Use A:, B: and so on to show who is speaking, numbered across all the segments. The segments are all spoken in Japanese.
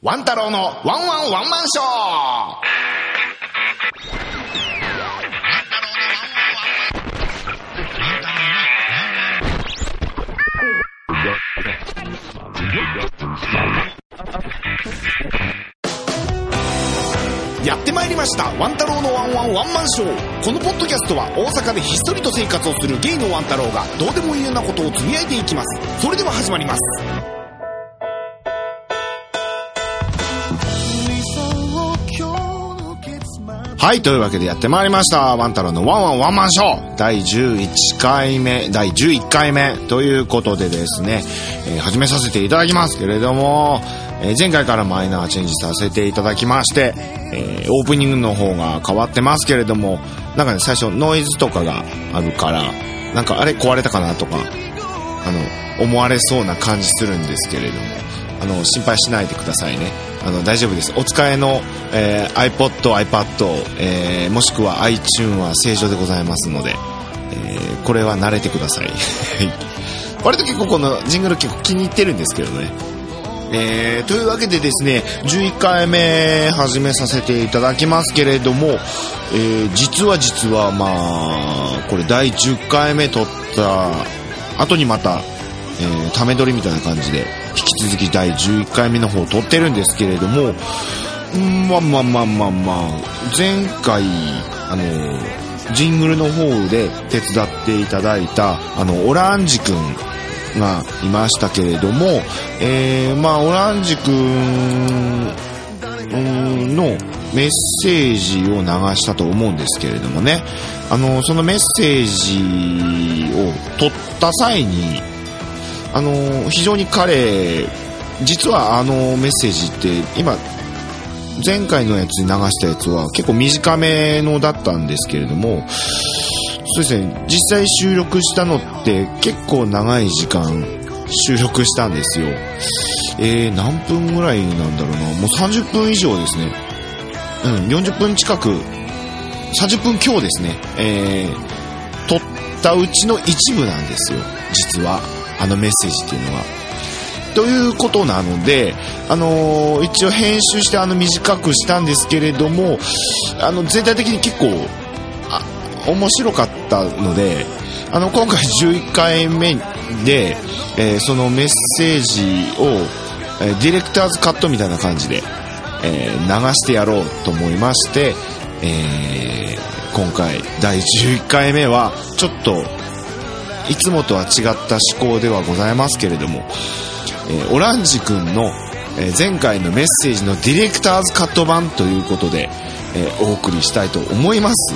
A: ワン太郎のワンワンワンマンショーやってまいりましたワン太郎のワンワンワンマンショーこのポッドキャストは大阪でひっそりと生活をするゲイのワン太郎がどうでもいいようなことをつぶやいていきますそれでは始まりますはい、というわけでやってまいりました。ワンタロウのワンワンワンマンショー第11回目、第11回目ということでですね、えー始めさせていただきますけれども、えー前回からマイナーチェンジさせていただきまして、えーオープニングの方が変わってますけれども、なんかね、最初ノイズとかがあるから、なんかあれ壊れたかなとか、あの、思われそうな感じするんですけれども、あの、心配しないでくださいね。あの、大丈夫です。お使いの、えー iPod、iPad、えーもしくは iTune は正常でございますので、えーこれは慣れてください。 割と結構このジングル結構気に入ってるんですけどね。えーというわけでですね、11回目始めさせていただきますけれども、えー実は実はまあ、これ第10回目撮った後にまた、えーため撮りみたいな感じで、引き続き第11回目の方を撮ってるんですけれども、うんまあまあまあまあまあ、前回、あのジングルの方で手伝っていただいた、あの、オランジくんがいましたけれども、えー、まあ、オランジくんのメッセージを流したと思うんですけれどもね、あの、そのメッセージを取った際に、あの、非常に彼、実はあのメッセージって、今、前回のやつに流したやつは結構短めのだったんですけれども、そうですね、実際収録したのって結構長い時間収録したんですよ。えー、何分ぐらいなんだろうな。もう30分以上ですね。うん、40分近く、30分強ですね。えー、撮ったうちの一部なんですよ。実は、あのメッセージっていうのは。ということなので、あのー一応編集してあの短くしたんですけれども、あの全体的に結構、あ、面白かったので、あの今回11回目で、えーそのメッセージを、えーディレクターズカットみたいな感じで、えー流してやろうと思いまして、えー今回第11回目はちょっといつもとは違った思考ではございますけれども、えーオランジ君の、えー前回のメッセージのディレクターズカット版ということで、えーお送りしたいと思います、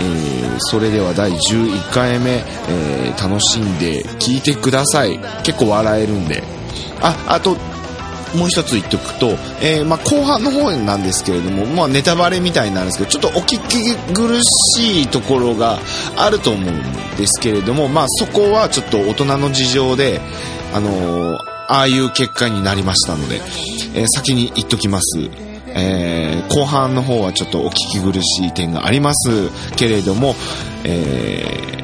A: えーそれでは第11回目、えー楽しんで聞いてください結構笑えるんでああともう一つ言っておくと、えーまあ、後半の方なんですけれども、まあ、ネタバレみたいになるんですけどちょっとお聞き苦しいところがあると思うんですけれども、まあ、そこはちょっと大人の事情で、あのーああいう結果になりましたので、えー先に言っときます。えー後半の方はちょっとお聞き苦しい点がありますけれども、えー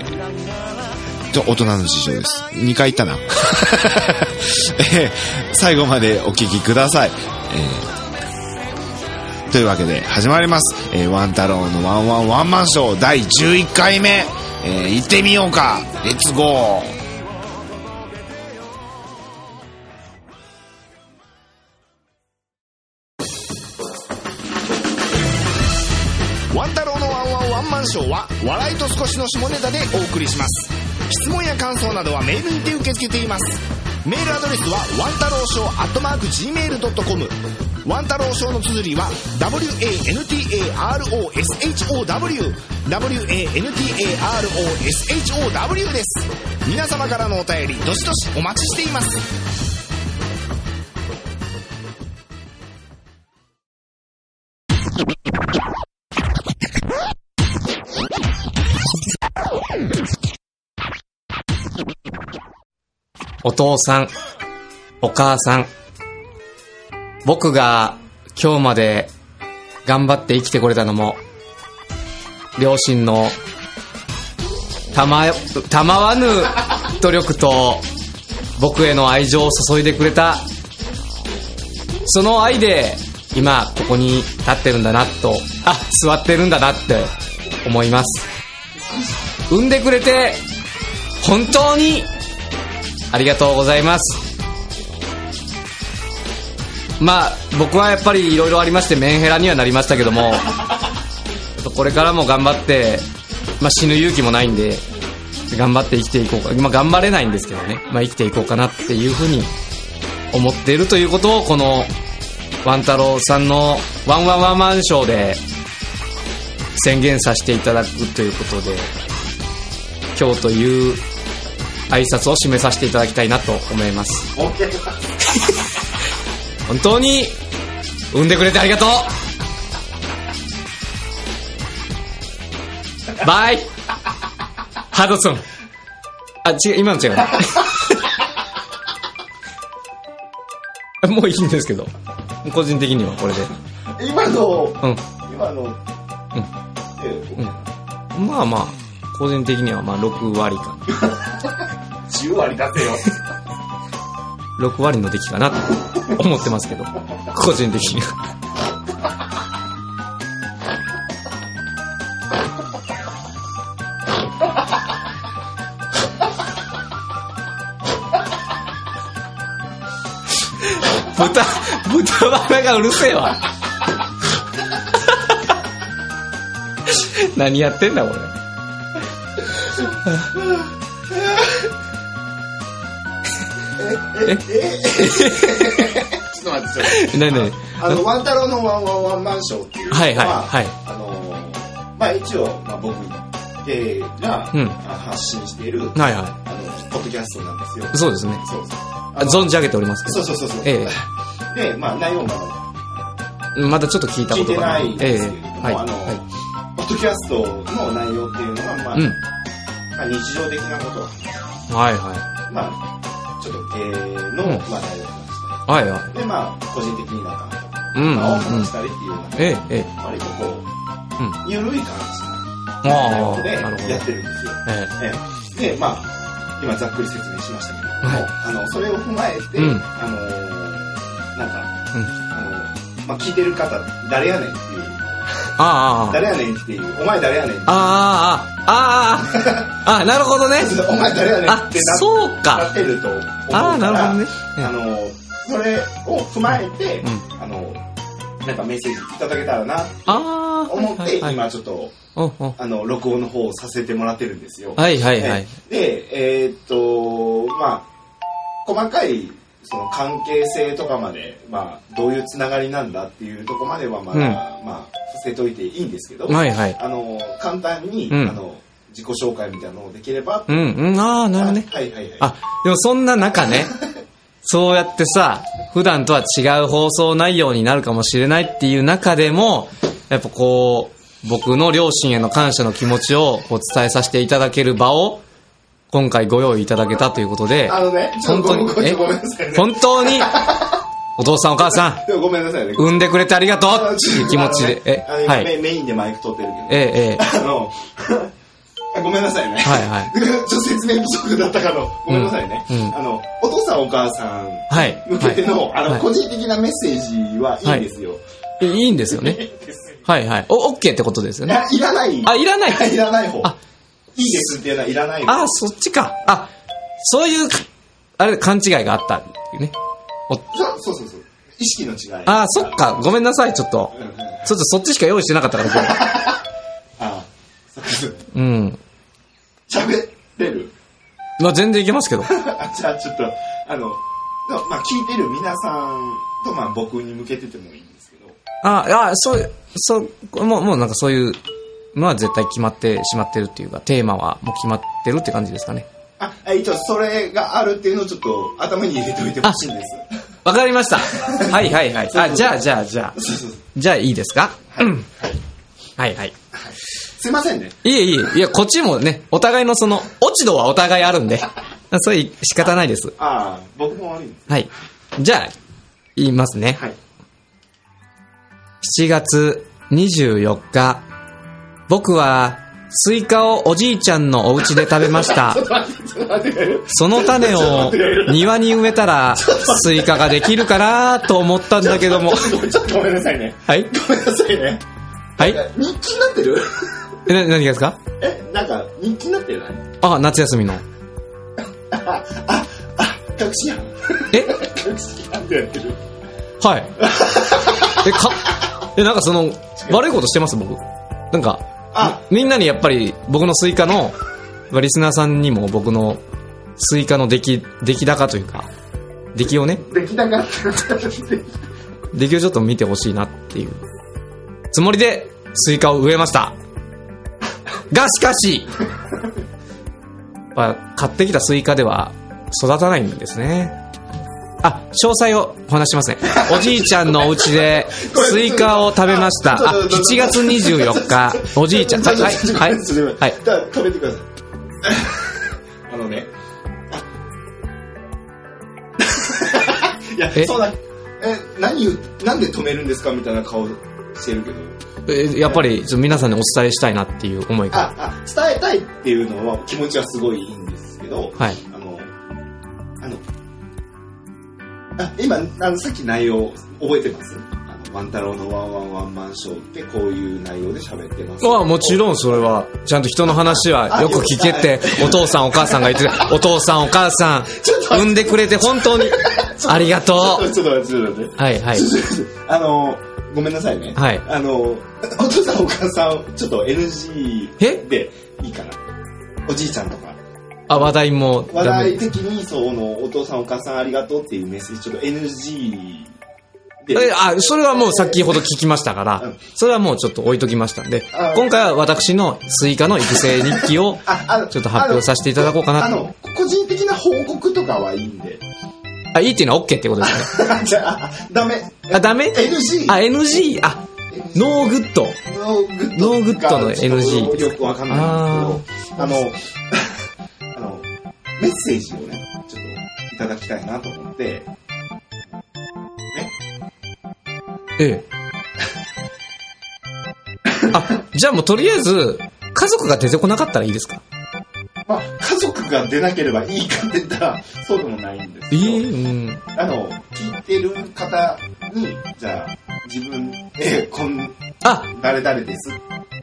A: と大人の事情です。2回言ったな。えー最後までお聞きください。えーというわけで始まります。えーワン太郎のワンワンワンマンショー第11回目。えー行ってみようか。レッツゴー。ワン太郎のワンワンワンマンショーは笑いと少しの下ネタでお送りします質問や感想などはメールにて受け付けていますメールアドレスはワン太郎ショーアットマーク Gmail.com ワン太郎ショーの綴りは WANTAROSHOWWANTAROSHOW です皆様からのお便りどしどしお待ちしています
B: お父さん、お母さん、僕が今日まで頑張って生きてこれたのも、両親のたま、たまわぬ努力と僕への愛情を注いでくれたその愛で、今、ここに立ってるんだなと、あ、座ってるんだなって思います。産んでくれて、本当に、ありがとうございます。まあ、僕はやっぱり色々ありまして、メンヘラにはなりましたけども、ちょっとこれからも頑張って、まあ、死ぬ勇気もないんで、頑張って生きていこうか。まあ、頑張れないんですけどね。まあ、生きていこうかなっていうふうに思っているということを、この、ワン太郎さんのワンワンワンマンショーで宣言させていただくということで、今日という挨拶を締めさせていただきたいなと思います。 本当に、産んでくれてありがとうバイハドソン。あ、違う、今の違う ね。もういいんですけど。個人的にはこれで。
A: 今の、
B: う
A: 今の、え
B: ん。まあまあ、個人的にはまあ6割か。
A: 10割だ ってよ。
B: 6割の出来かなと思ってますけど。 個人的には。豚、豚バラがうるせえわ。 何やってんだ、これ。
A: ちょっと待って、ちょっと待って。
B: 何何
A: あの、ワンタロウのワンワンワンマンショーっていうの
B: はいはいはい
A: あの、まあ一応、まあ僕、経営が、
B: うん
A: 発信している、
B: はいは
A: あの、ポッドキャストなんですよ。
B: い。そうですね。
A: そうそう。あの
B: 存じ上げておりますけ
A: そ
B: ど
A: うそうそうそう。
B: え
A: で、まあ内容も
B: まだちょっと聞いた
A: 聞
B: こ
A: い
B: と
A: て
B: が
A: な
B: ない。
A: いんですけれども、
B: はい。
A: あの、
B: は
A: ポッドキャストの内容っていうのは、まあ、
B: い。うん。
A: まあ日常的なこと、
B: はいは
A: まあ、ちょっと経営の
B: うん
A: 話題を話したり、
B: い。はいはい。
A: で、まあ、個人的になんか、
B: うん。うん
A: まあ、音
B: う
A: 楽
B: ん
A: し。たりっていうのは、
B: ええ、ええ。
A: 割とこ
B: うん。
A: う、ゆるい感じ
B: ああ、
A: で
B: なるほど。
A: やっ
B: え
A: てるんですよ。
B: え。
A: ええで、まあ、今ざっくり説明しましたけれども、あの、それを踏まえて、
B: うん
A: あのーなんか、あ
B: うん
A: のまあ、聞いてる方、誰やねんっていう、
B: ああ、ああ。
A: 誰やねんっていう、お前誰やねんって
B: ああ、ああ、ああ。あ、なるほどね。
A: いう、お前誰やねん
B: あ
A: っ、てな
B: そう
A: なっ
B: か。
A: てると思うから、
B: ああ、なるほどね。
A: あの、それを踏まえて、
B: うん
A: あの、なんかメッセージいただけたらな、
B: ああ、
A: 思って、
B: はいはいはい。
A: 今ちょっと、
B: おうおう
A: あの、録音の方をさせてもらってるんですよ。
B: はいはいはい。
A: で、えーっと、まあ、細かい、その関係性とかまで、まあ、どういうつながりなんだっていうとこまではまだ、
B: うん
A: まあ、させといていいんですけど、
B: はいはい。
A: あの、簡単に、
B: うん
A: あの、自己紹介みたいなのをできれば、
B: うん、うん、ああ、なるほどね。
A: はいはいはい。
B: あ、でもそんな 中ね、そうやってさ、普段とは違う放送内容になるかもしれないっていう中でも、やっぱこう、僕の両親への感謝の気持ちをこう伝えさせていただける場を、今回ご用意いただけたということで、
A: あのね、ちょっと
B: 本当
A: ごめん
B: にえ
A: ごめんなさいね。
B: 本当に、お父さんお母さん、
A: でもごめんなさいね。
B: 産んでくれてありがとうっていう気持ちで、え
A: あのね、
B: は
A: あのメ
B: い、
A: インメインでマイク取ってるけ
B: ええ、ええ、
A: ど。あの、あごめんなさいね。
B: はいはい。
A: ちょっと説明不足だったかの。ごめんなさいね。
B: うんうん
A: あの、お父さんお母さん
B: はい、
A: 向けて
B: は
A: の、あ
B: は
A: の、
B: い
A: 個人的なメッセージはいいんですよ。
B: い。いいんですよ
A: い、い
B: ね。
A: んですよ。
B: はいはい。お、OK ってことですよ
A: い
B: ね。
A: や、いらない。
B: あ、いらない。
A: いらない方。い
B: あ
A: いですっていうのはいらない方。
B: ああ、そっちか。あ、そういう、あれ、勘違いがあったっていうね。
A: そうそうそうそう。意識の違い。
B: ああ、そっか。ごめんなさい、ちょっと
A: う。んうん。
B: ちょっとそっちしか用意してなかったから、今日。
A: あそうそう
B: うん。
A: 喋ってる。
B: まあ、全然いけますけど。
A: あじゃあちょっと、あの、のまあ、聞いてる皆さんと、まあ、僕に向けててもいいんですけど、
B: ああ、ああそう、そう、もう、もうなんかそういうのは絶対決まってしまってるっていうか、テーマはもう決まってるって感じですかね。
A: あ、あ一応それがあるっていうのをちょっと頭に入れておいてほしいんです。
B: わかりました。はいはいはい。あ、じゃあじゃあじゃあ。
A: そうそうそう
B: じゃあいいですかうん。はいはい。
A: すいませんね。
B: いえいえ、いや、こっちもね、お互いのその、落ち度はお互いあるんで、そういう仕方ないです。
A: ああ、僕も悪いんです。
B: はい。じゃあ、言いますね。
A: はい。
B: 7月24日、僕は、スイカをおじいちゃんのお家で食べました。その種を庭に植えたら、スイカができるかなと思ったんだけども。
A: ちょっとごめんなさいね。
B: はい
A: ごめんなさいね。
B: はい
A: 日記になってる
B: え、な、何がですか
A: え、なんか、日記になって るな。
B: あ、夏休みの。
A: あ、あ、あ、隠しやん。
B: え
A: 隠しやんってやってる。
B: はい。え、か、え、なんかその、悪いことしてます僕。なんか、
A: あ、
B: みんなにやっぱり僕のスイカの、まあリスナーさんにも僕のスイカの出来、出来高というか、出来をね、
A: できなか った。
B: 出来をちょっと見てほしいなっていうつもりでスイカを植えましたがしかし、まあ、買ってきたスイカでは育たないんですねあ詳細をお話しますねおじいちゃんのお家でスイカを食べましたあ7月24日お じいちゃんはいはいはいはい
A: だから食べてください。 あの ね。あいや、
B: え
A: そうだ。え、何言う、なんで止めるんですかみたいな顔してるけど。
B: えやっぱりちょっと皆さんにお伝えしたいなっていう思いが
A: あ、あ、伝えたいっていうのは気持ちはすごいいいんですけど、
B: はい
A: あの、あの、あ、今、あの、さっき内容覚えてますあの、万太郎のワンワンワンマンショーってこういう内容で喋ってます。
B: まあもちろんそれは、ちゃんと人の話はよく聞けって、 お父さんお母さんが言って た、お父さんお母さん、産んでくれて本当に、ありがと
A: ちょっと待って、ちょっと待って
B: う。はいはい。
A: あの、ごめんなさいね。
B: はい
A: あの、お父さんお母さん、ちょっと NG でいいかな。おじいちゃんとか。
B: あ、話題も
A: 話
B: ダ
A: 題
B: メ。
A: 的に、その、お父さんお母さんありがとうっていうメッセージ、ちょっと NG で。
B: えあ、それはもう先ほど聞きましたか
A: う
B: ら
A: ん、
B: それはもうちょっと置いときましたんで
A: あ、
B: 今回は私のスイカの育成日記を
A: ああの
B: ちょっと発表させていただこうか
A: あ
B: なと。
A: の、個人的な報告とかはいいんで。
B: あ、いいっていうのは OK ってことですね。
A: じゃあ、ダメ。
B: あ、ダメ
A: NG?
B: あ、NG? あ、ノーグッド。
A: ノーグッド。
B: ノーグッドの NG
A: よくわかんないんですけど、あの、あの、メッセージをね、ちょっといただきたいなと思って、
B: ええ。あ、じゃあもうとりあえず、家族が出てこなかったらいいですか
A: まあ、家族が出なければいいかって言ったら、そうでもないんですけ
B: え
A: ど、
B: えうん。
A: あの、聞いてる方に、じゃあ、自分、え、こん、
B: あ、
A: 誰々です。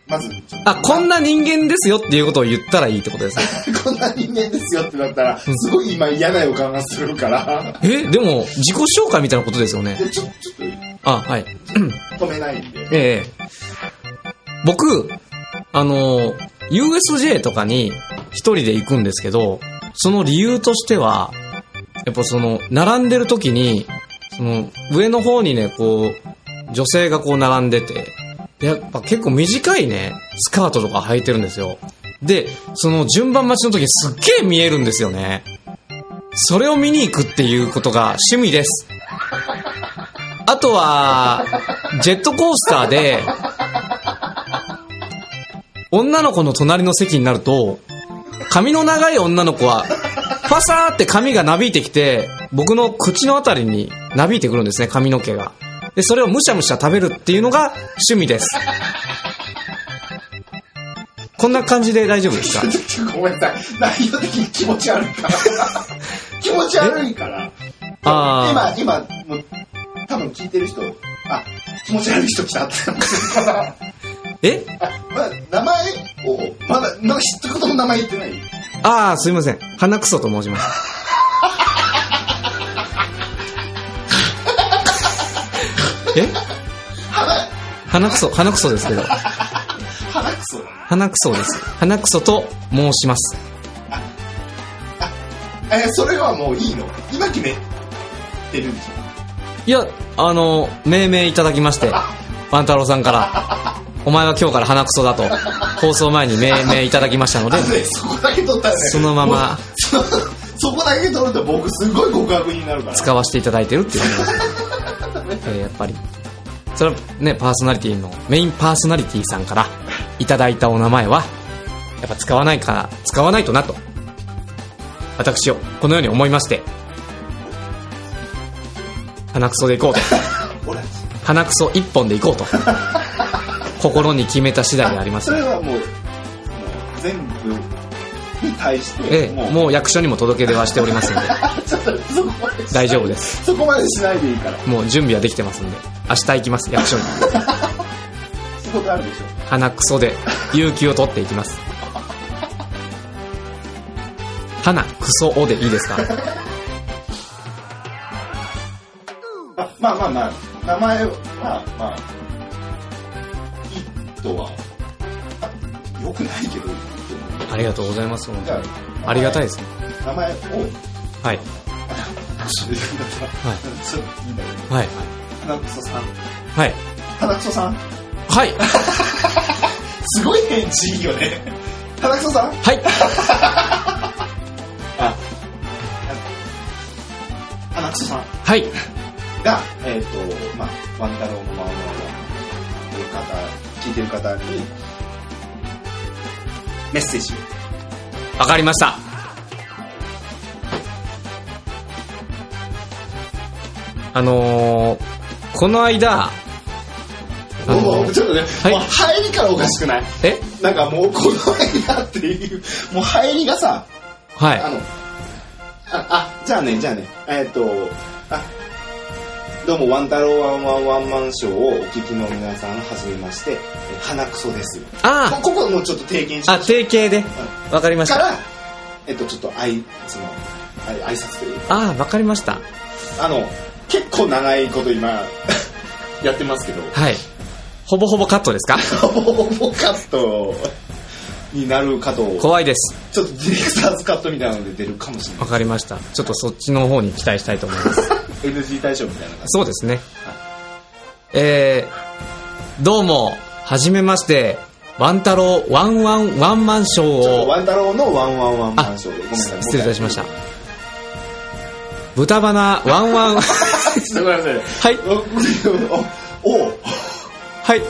A: まず、ちょっと
B: あ、こんな人間ですよっていうことを言ったらいいってことですね。
A: こんな人間ですよってなったら、すごい今嫌な予感がするから、
B: え、でも、自己紹介みたいなことですよね
A: で。ちょちょっ
B: あ、はい。
A: と止めないんで。
B: ええ僕、あの、USJ とかに一人で行くんですけど、その理由としては、やっぱその、並んでる時に、その、上の方にね、こう、女性がこう並んでて、でやっぱ結構短いね、スカートとか履いてるんですよ。で、その順番待ちの時すっげえ見えるんですよね。それを見に行くっていうことが趣味です。あとは、ジェットコースターで、女の子の隣の席になると、髪の長い女の子は、ファサーって髪がなびいてきて、僕の口のあたりになびいてくるんですね、髪の毛が。で、それをむしゃむしゃ食べるっていうのが趣味です。こんな感じで大丈夫ですか
A: ちょっとごめんなさい。内容的に気持ち悪いから。 気持ち悪いから。
B: あ
A: 今、今、もう、多分聞いてる人、あ、気持ち悪い人来たって思ってるから、
B: え
A: あ、 まだ名前を、まだ、まだ知ったことも名前言ってない。
B: ああ、すいません。鼻くそと申します。 え鼻くそ、鼻くそですけど。
A: 鼻くそだな。
B: 鼻くそです。鼻くそと申します。
A: えーそれはもういいの今決めてるんでしょ
B: いや、あの、命名いただきまして、万太郎さんから、お前は今日から鼻くそだと、放送前に命名いただきましたので
A: あ、のね、そこだけ取ったらね。
B: そのま
A: もう
B: ま。
A: そ そこだけ取ると僕すごい極悪になるから。
B: 使わせていただいてるっていう ことです、えーやっぱりそれはねパーソナリティのメインパーソナリティさんからいただいたお名前はやっぱ使わないか使わないとなと私をこのように思いまして鼻くそでいこうと
A: 俺
B: 鼻くそ一本でい こうと心に決めた次第であります
A: それはもう、もう全部に対して、
B: ええ、もう役所にも届け出はしておりますので、
A: ちょっとそこまでし
B: 大丈夫です。
A: そこまでしないでいいから
B: もう準備はできてますんで、明日行きます、役所に。
A: 仕事あるでしょ
B: 鼻くそで、有給を取っていきます。鼻くそおでいいですか
A: あまあまあまあ名前はまあいいとはあよくないけどいいと思う
B: ありがとうございます、本
A: じ
B: 当
A: ゃ
B: に。ありがたい
A: い
B: ですね。
A: 名前を
B: はい。
A: それだったら、
B: はい
A: ちょっといいんだけど
B: はい。
A: 花くそさん
B: はい。
A: 花くそさん
B: はい。
A: すごい返事いいよね花くそさん
B: はい。
A: あ花くそさん
B: はい。
A: が、えっ、と、まあ、ワンタロウの魔王のという方、聞いてる方に、メッセージを。
B: わかりました。あのー、この間、あの
A: もう、ちょっとね、
B: はい
A: もう入りからおかしくない
B: え
A: なんかもう、この間っていう、もう入りがさ、
B: はい
A: あ。の、あ、あ、じゃあね、じゃあね、えっ、と、あ、どうも、ワンタロウワンワンワンマンショーをお聞きの皆さん、はじめまして、え花くそです。こ
B: あ
A: ここもちょっと提言し
B: あ、あ、定型で。わかりまし
A: か
B: た。
A: ら、えっと、ちょっとあい、その、あい挨拶というか、
B: ああ、わかりました。
A: あの、結構長いこと今、 やってますけど、
B: はい。ほぼほぼカットですか
A: もうカットになるかと、ちょっ
B: 怖いです。
A: とディレクターズカットみたいなので出るかもしれな
B: わかりました。ちょっとそっちの方に期待したいと思い ます。
A: い。NG 対象みたいな感
B: そうですね。えー、どうも、はじめまして、ワンタロウワンワンワンマンショー
A: じ。ちょっと
B: を、
A: ワンダローのワンワンワンマンショーで、ごめんなさい。
B: 失礼いたしまし た
A: もう。
B: 豚鼻ワンワン、
A: 一回。ごめんなさい。
B: はい、
A: お、お、
B: はい、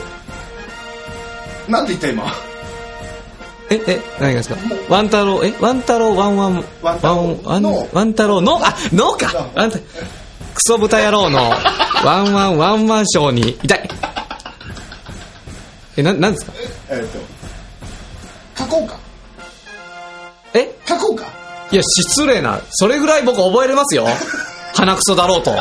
A: おなんて言った今。
B: え、え、何がですかワンタロウ、え、ワンタロウワンワン、
A: ワンタロウ
B: ワン、ワ
A: の
B: ンワンタロウの、あ、のかワンタクソ豚野 郎の、ワンワンワンマンショーに、痛い。え、な、なんですか
A: えっと、書こうか。
B: え
A: 書こうか。
B: いや、失礼な。それぐらい僕覚えれます よ。鼻くそだろうと。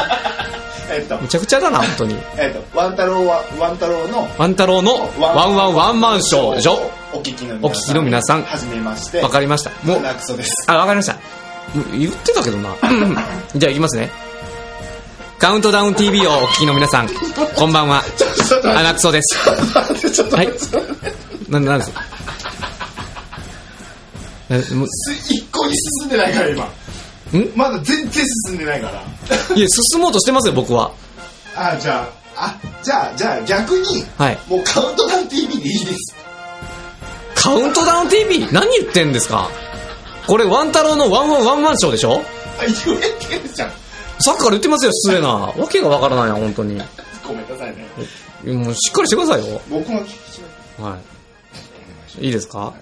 A: えっと
B: む、ちゃくちゃだな、本当に。
A: えっと、ワンタローは、ワンタローの、
B: ワンタロウのワンワンワンマンショーでしょ
A: お聞きの皆さん。
B: お聞きの皆さん
A: はじめまして。
B: わかりました。もう、
A: 花くそです。
B: あ、わかりました。う言ってたけどな。うんじゃあ行きますね。カウントダウン TV をお聞きの皆さん、こんばんは。鼻くそです。
A: ちょっと
B: はい
A: 待って、ちょっと待って。
B: な、なんですかなもう
A: 一向に進んでないから、今。
B: ん
A: まだ全然進んでないから。
B: いや、進もうとしてますよ、僕は。
A: あ、じゃあ、あ、じゃあ、じゃあ逆に、
B: はい。
A: もうカウントダウン TV でいいです。
B: カウントダウン TV? 何言ってんですかこれ、ワン太郎のワンワンワンマンショーでしょ
A: あ、言えてるじゃん。
B: さっきから言ってますよ、失礼な。わけがわからないな、本当に。
A: ごめんなさいね。
B: もう、しっかりしてくださいよ。
A: 僕も聞きしま
B: はい。いいですか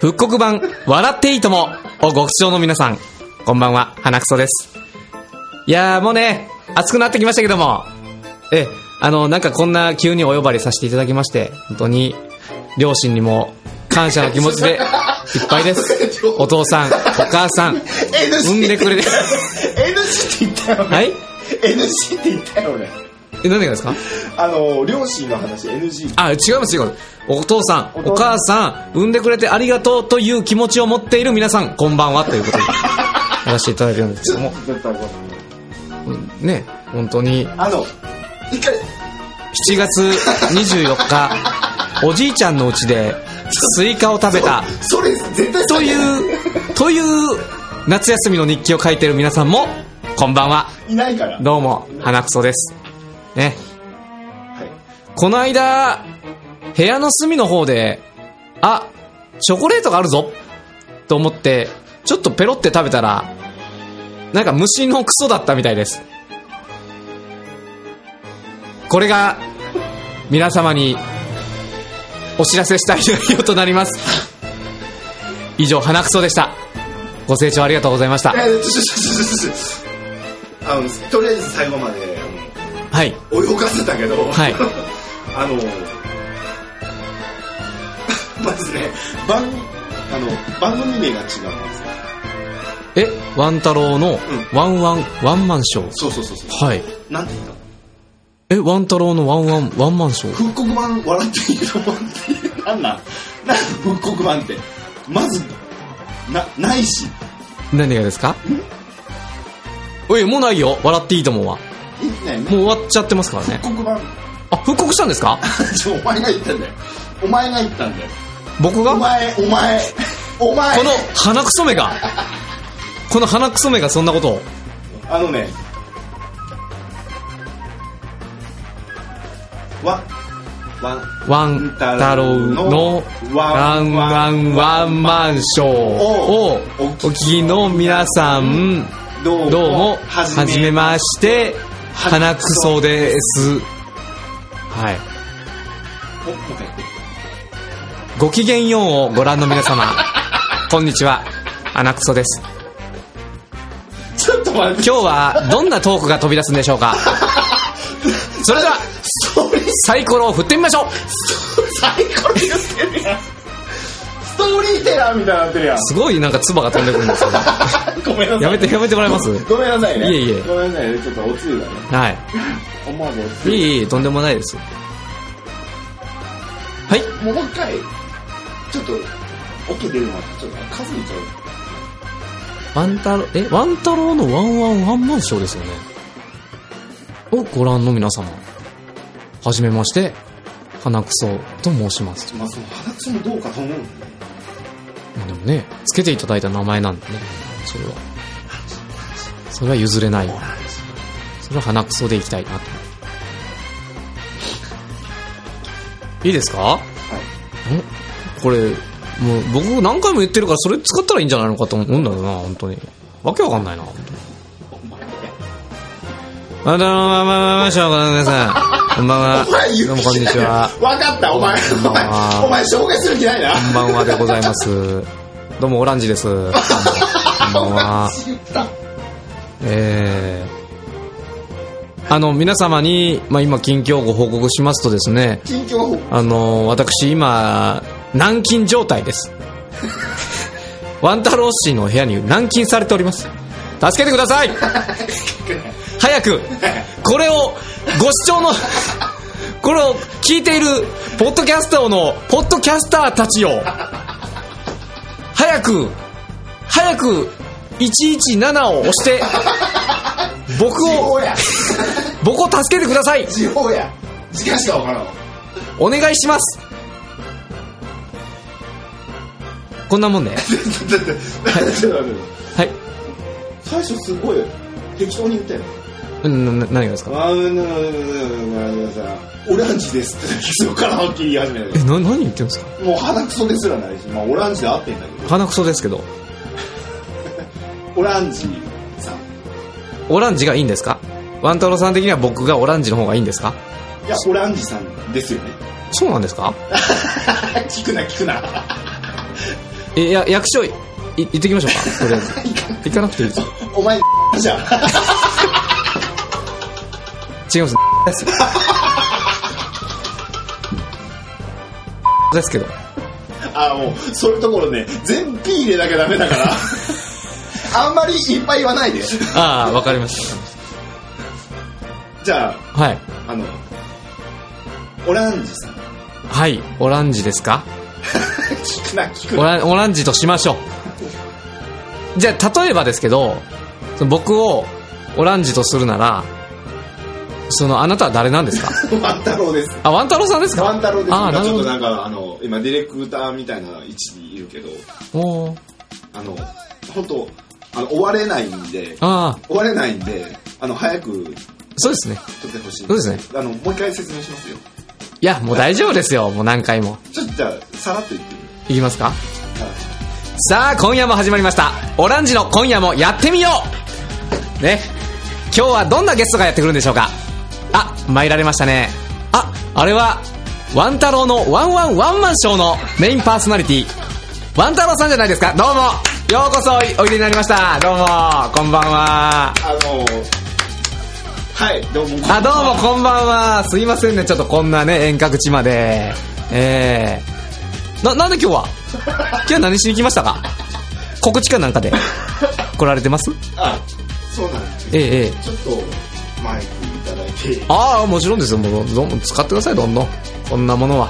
B: 復刻版、笑っていいともをご視聴の皆さん、こんばんは、花くそです。いやーもうね、暑くなってきましたけども、え、あの、なんかこんな急にお呼ばれさせていただきまして、本当に、両親にも感謝の気持 ちでいっぱい です。お父さん、お母さ ん、産んでくれて、
A: NG って言ったよ、ね。
B: はい
A: NG って言ったよ、俺。
B: え、何がですか
A: あの、両親の話 NG
B: あ、違います、違います。お父さん、
A: お父さん
B: お母さん、産んでくれてありがとうという気持ちを持っている皆さん、こんばんはとい うことで、やらせていただいてるんですけども、
A: だったらごめんね
B: うんね、本当に、7
A: あの、一回、
B: 月24日、おじいちゃんのうちで、スイカを食べた、
A: それ絶対
B: という、という、夏休みの日記を書いている皆さんも、こんばんは。
A: う。いないから。
B: どうも、花くそです。ね、
A: はい。
B: この間、部屋の隅の方で、あ、チョコレートがあるぞと思って、ちょっとペロって食べたら、なんか虫のクソだったみたいです。これが、皆様に、お知らせしたい内容となります。以上、花クソでした。ご清聴ありがとうございました
A: い。や、ちょちょちょちょちょ。あの、とりあえず最後まで、
B: はい。
A: あの泳がせたけど、
B: はい
A: あの、まずね、番、あの、番組名が違うんですよ。
B: え、ワン太郎のワンワンワンマンショー。
A: そうそうそうそ
B: はい。
A: う。なんて言ったの
B: え、ワン太郎のワンワンワンマンショー。
A: 復刻版笑っていいと思って。なんなんなん復刻版って。まず、な、ないし。
B: 何がですかおい、もうないよ。笑っていいと思うわ。
A: え、ねえ、
B: もう終わっちゃってますからね。
A: 復刻版。
B: あ、復刻したんですか
A: ちょお前が言ったんだよ。お前が言ったんだよ。
B: 僕が
A: お前、お前、お前。
B: この鼻くそめが、この鼻くそめがそんなことを。
A: あのね、わ、わ、
B: ワン太郎のワンワンワンマンショーをお聞きの皆さん、
A: ど
B: どうも、はじめまして、鼻くそです。はい。
A: おもう一回やって
B: ごきげんようをご覧の皆 様、こんにちは、鼻くそです。
A: ちょっと待って。
B: 今日はどんなトークが飛び出すんでしょうかそれでは、
A: ストーリー、
B: サイコロを振ってみましょう
A: サイコロ言ってるやん。ストーリーテラーみたいになってるやん。
B: すごいなんか唾が飛んでくるんですけど。
A: ごめんなさい。
B: やめて、やめてもらえます
A: ごめんなさいね。
B: いえいえ
A: ごめんなさいね。ちょっとおつゆだね。
B: は
A: 思わずおつ
B: い。い
A: ゆ。
B: えいえ、とんでもないです。はい。
A: もう一回、ちょっと、オケ出るまで、ちょっと数見ちゃう。
B: ワンタロえ、ワンタロウのワンワンワンマンショーですよね。をご覧の皆様。はじめまして、花くそと申します。
A: まあ、その鼻くそもどうかと思うんだよね。
B: まあでもね、つけていただいた名前なんでね、それは。それは譲れない。それは鼻くそでいきたいなと。いいですか
A: はい。
B: んこれ、もう僕何回も言ってるからそれ使ったらいいんじゃないのかと思うんだよな、本当に。わけわかんないな、本当に。あどうも、まあまあまあまあ、しょうがない皆さん。こんばんは。
A: お前言
B: どう
A: っ
B: も、
A: て
B: こんにちは。
A: わかった、お前。
B: こんば
A: お
B: ん
A: 前
B: は、
A: お前、紹介する気ないな。
B: こんばんはでございます。どうも、オランジです。こんばんは。
A: 言った。
B: えー、あの、皆様に、まあ、今、近況をご報告しますとですね、
A: 近況報告。
B: あの、私、今、軟禁状態です。ワンタロウ氏の部屋に軟禁されております。助けてください早く、これを、ご視聴の、これを聞いている、ポッドキャスターの、ポッドキャスターたちよ、早く、早く、117を押して、僕
A: 地方
B: を、
A: や。
B: 僕を助けてください
A: 地方や。時間しかわからんわ。
B: お願いしますこんなもんね
A: だって、だってちょっと待って
B: はい
A: 最初すごい適当に言ったよ。
B: うんなな何がですか
A: あーうんうんうんうんうんさオランジですってだけそこからはっきり言い始め
B: え
A: た
B: な何言ってるんですか
A: もう鼻くそですらないし、まあオランジで合ってんだけ
B: 鼻くそですけど
A: ど、オランジさん。
B: オランジがいいんですかワン太郎さん的には僕がオランジの方がいいんですか
A: いや、オランジさんですよね。
B: そうなんですか
A: 聞くな、聞くな。
B: えいや役所い行ってきましょうかとりあえ ず行かなくていいです
A: お前、じゃん。
B: 違いますです ですけど
A: あもうそういうところね全 P 入れなきゃダメだから あんまりいっぱい言わないで
B: ああわかりまし
A: じゃあ
B: たはい
A: あのオランジさん
B: はいオランジですか
A: 聞くな聞く
B: オ
A: な
B: ランオランジとしましょう。じゃあ、例えばですけど、その僕をオランジとするなら、その、あなたは誰なんですか
A: ワン太郎です
B: あ、ワン太郎さんですか
A: ワン太郎です
B: あー
A: 今ちょっと
B: な
A: なんかあの今ディレクターみたいな位置にいるけど
B: おー
A: あの本当あの終われないんで
B: ああ、
A: 終われないんであの早く
B: そうですね。
A: 撮ってほしい
B: そうです
A: ねあのもう一回説明しますよ
B: いや、もう大丈夫ですよ。もう何回も。
A: ちょっとじゃあさらっと言ってみる
B: いきますか
A: はい
B: さあ、今夜も始まりました。オランジの今夜もやってみようね。今日はどんなゲストがやってくるんでしょうかあ、参られましたね。あ、あれは、ワン太郎のワンワンワンマンショーのメインパーソナリティ、ワン太郎さんじゃないですかどうもようこそおいでになりました。どうもこんばんは。
A: あのはいどうも
B: あ、どうもこんばんは。す いませんね、ちょっとこんなね、遠隔地まで。えー。な、なんで今日は今日何しに来ましたか告知かなんかで来られてます
C: あそうなんです
B: ええええ
C: ちょっとマイクいただいて
B: ああもちろんですよもうどんどん使ってくださいどんどんこんなものは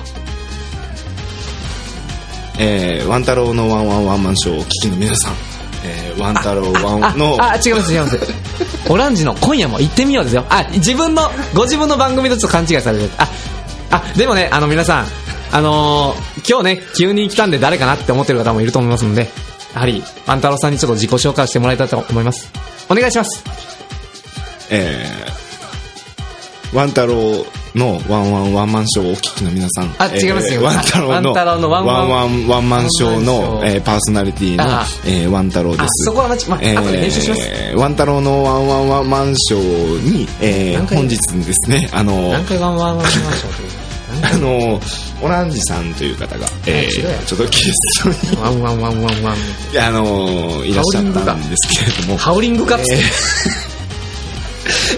A: えー、ワン太郎のワンワンワンマンショーをお聞きの皆さん、えー、ワン太郎ワ
B: あ
A: ンの、
B: あ違います違いますオランジの今夜も行ってみようですよあ自分のご自分の番組とちょっと勘違いされてるああでもねあの皆さんあのー今日ね急に来たんで誰かなって思ってる方もいると思いますのでやはり万太郎さんにちょっと自己紹介してもらえたらと思いますお願いします
A: えー、ワン太郎のワンワンワンマンショーをお聞きの皆さん、
B: あ違います
A: えー
B: 違います
A: ワン太郎の
B: ワン太郎のワンワン
A: ワンワンマンショー
B: ワンマン
A: の、
B: ショー
A: えー、パーソナリティの
B: あ、
A: えー、ワン太郎で
B: あ
A: す。
B: そこはまち、まあ、
A: えー
B: 後で編集します
A: ワン太郎のワンワンワンマンショーに、えー
B: 何回
A: 本日ですね、あの、
B: 何回ワンワンワンワンしようという何回
A: あの、オランジさんという方が、え
B: 白や
A: ー、ちょっとゲストに、
B: ワンワンワンワンワン
A: あの、いらっしゃったんですけれども、
B: ハウリングかっつって、